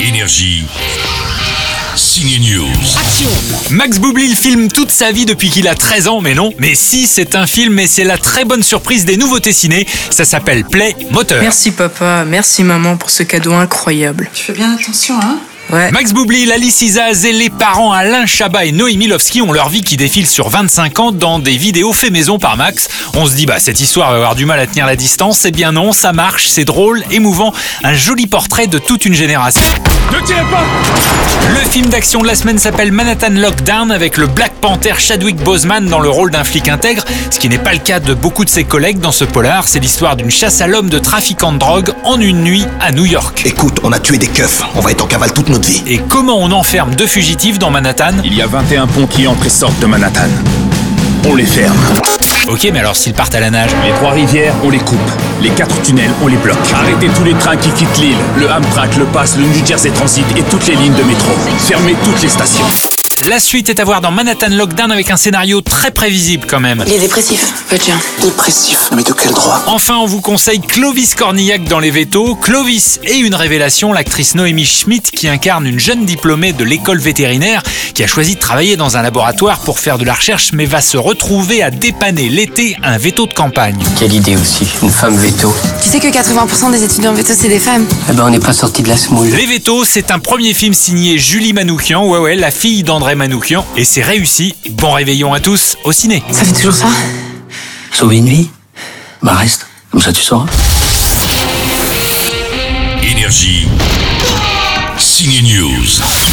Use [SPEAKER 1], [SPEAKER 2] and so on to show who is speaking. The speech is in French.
[SPEAKER 1] Énergie. Signe News.
[SPEAKER 2] Max Boublil filme toute sa vie depuis qu'il a 13 ans, mais non. Mais si, c'est un film et c'est la très bonne surprise des nouveautés ciné. Ça s'appelle Play Moteur.
[SPEAKER 3] Merci papa, merci maman pour ce cadeau incroyable.
[SPEAKER 4] Tu fais bien attention, hein
[SPEAKER 3] Ouais.
[SPEAKER 2] Max Boublil, Alice Isaz et les parents Alain Chabat et Noémie Lovski ont leur vie qui défile sur 25 ans dans des vidéos fait maison par Max. On se dit, bah, cette histoire va avoir du mal à tenir la distance. Eh bien non, ça marche, c'est drôle, émouvant. Un joli portrait de toute une génération. Le film d'action de la semaine s'appelle Manhattan Lockdown avec le Black Panther Chadwick Boseman dans le rôle d'un flic intègre, ce qui n'est pas le cas de beaucoup de ses collègues dans ce polar. C'est l'histoire d'une chasse à l'homme de trafiquants de drogue en une nuit à New York.
[SPEAKER 5] Écoute, on a tué des keufs. On va être en cavale toute notre vie.
[SPEAKER 2] Et comment on enferme deux fugitifs dans Manhattan
[SPEAKER 6] Il y a 21 ponts qui entrent et sortent de Manhattan. On les ferme.
[SPEAKER 2] Ok, mais alors s'ils partent à la nage
[SPEAKER 6] Les trois rivières, on les coupe. Les quatre tunnels, on les bloque. Arrêtez tous les trains qui quittent l'île. Le Amtrak, le Pass, le New Jersey Transit et toutes les lignes de métro. Fermez toutes les stations.
[SPEAKER 2] La suite est à voir dans Manhattan Lockdown avec un scénario très prévisible quand même.
[SPEAKER 4] Il est dépressif, pas tiens.
[SPEAKER 5] Dépressif, mais de quel droit
[SPEAKER 2] Enfin, on vous conseille Clovis Cornillac dans Les Vétos. Clovis et une révélation, l'actrice Noémie Schmidt qui incarne une jeune diplômée de l'école vétérinaire qui a choisi de travailler dans un laboratoire pour faire de la recherche mais va se retrouver à dépanner l'été un véto de campagne.
[SPEAKER 7] Quelle idée aussi, une femme veto.
[SPEAKER 8] Tu sais que 80% des étudiants veto, c'est des femmes.
[SPEAKER 7] Eh ben on n'est pas sorti de la semoule.
[SPEAKER 2] Les Vétos, c'est un premier film signé Julie Manoukian, ouais ouais, la fille d'André Manoukian, et c'est réussi. Bon réveillon à tous au ciné.
[SPEAKER 8] Ça fait toujours ça
[SPEAKER 7] Sauver une vie Bah reste, comme ça tu sauras.
[SPEAKER 1] Énergie. Signe News.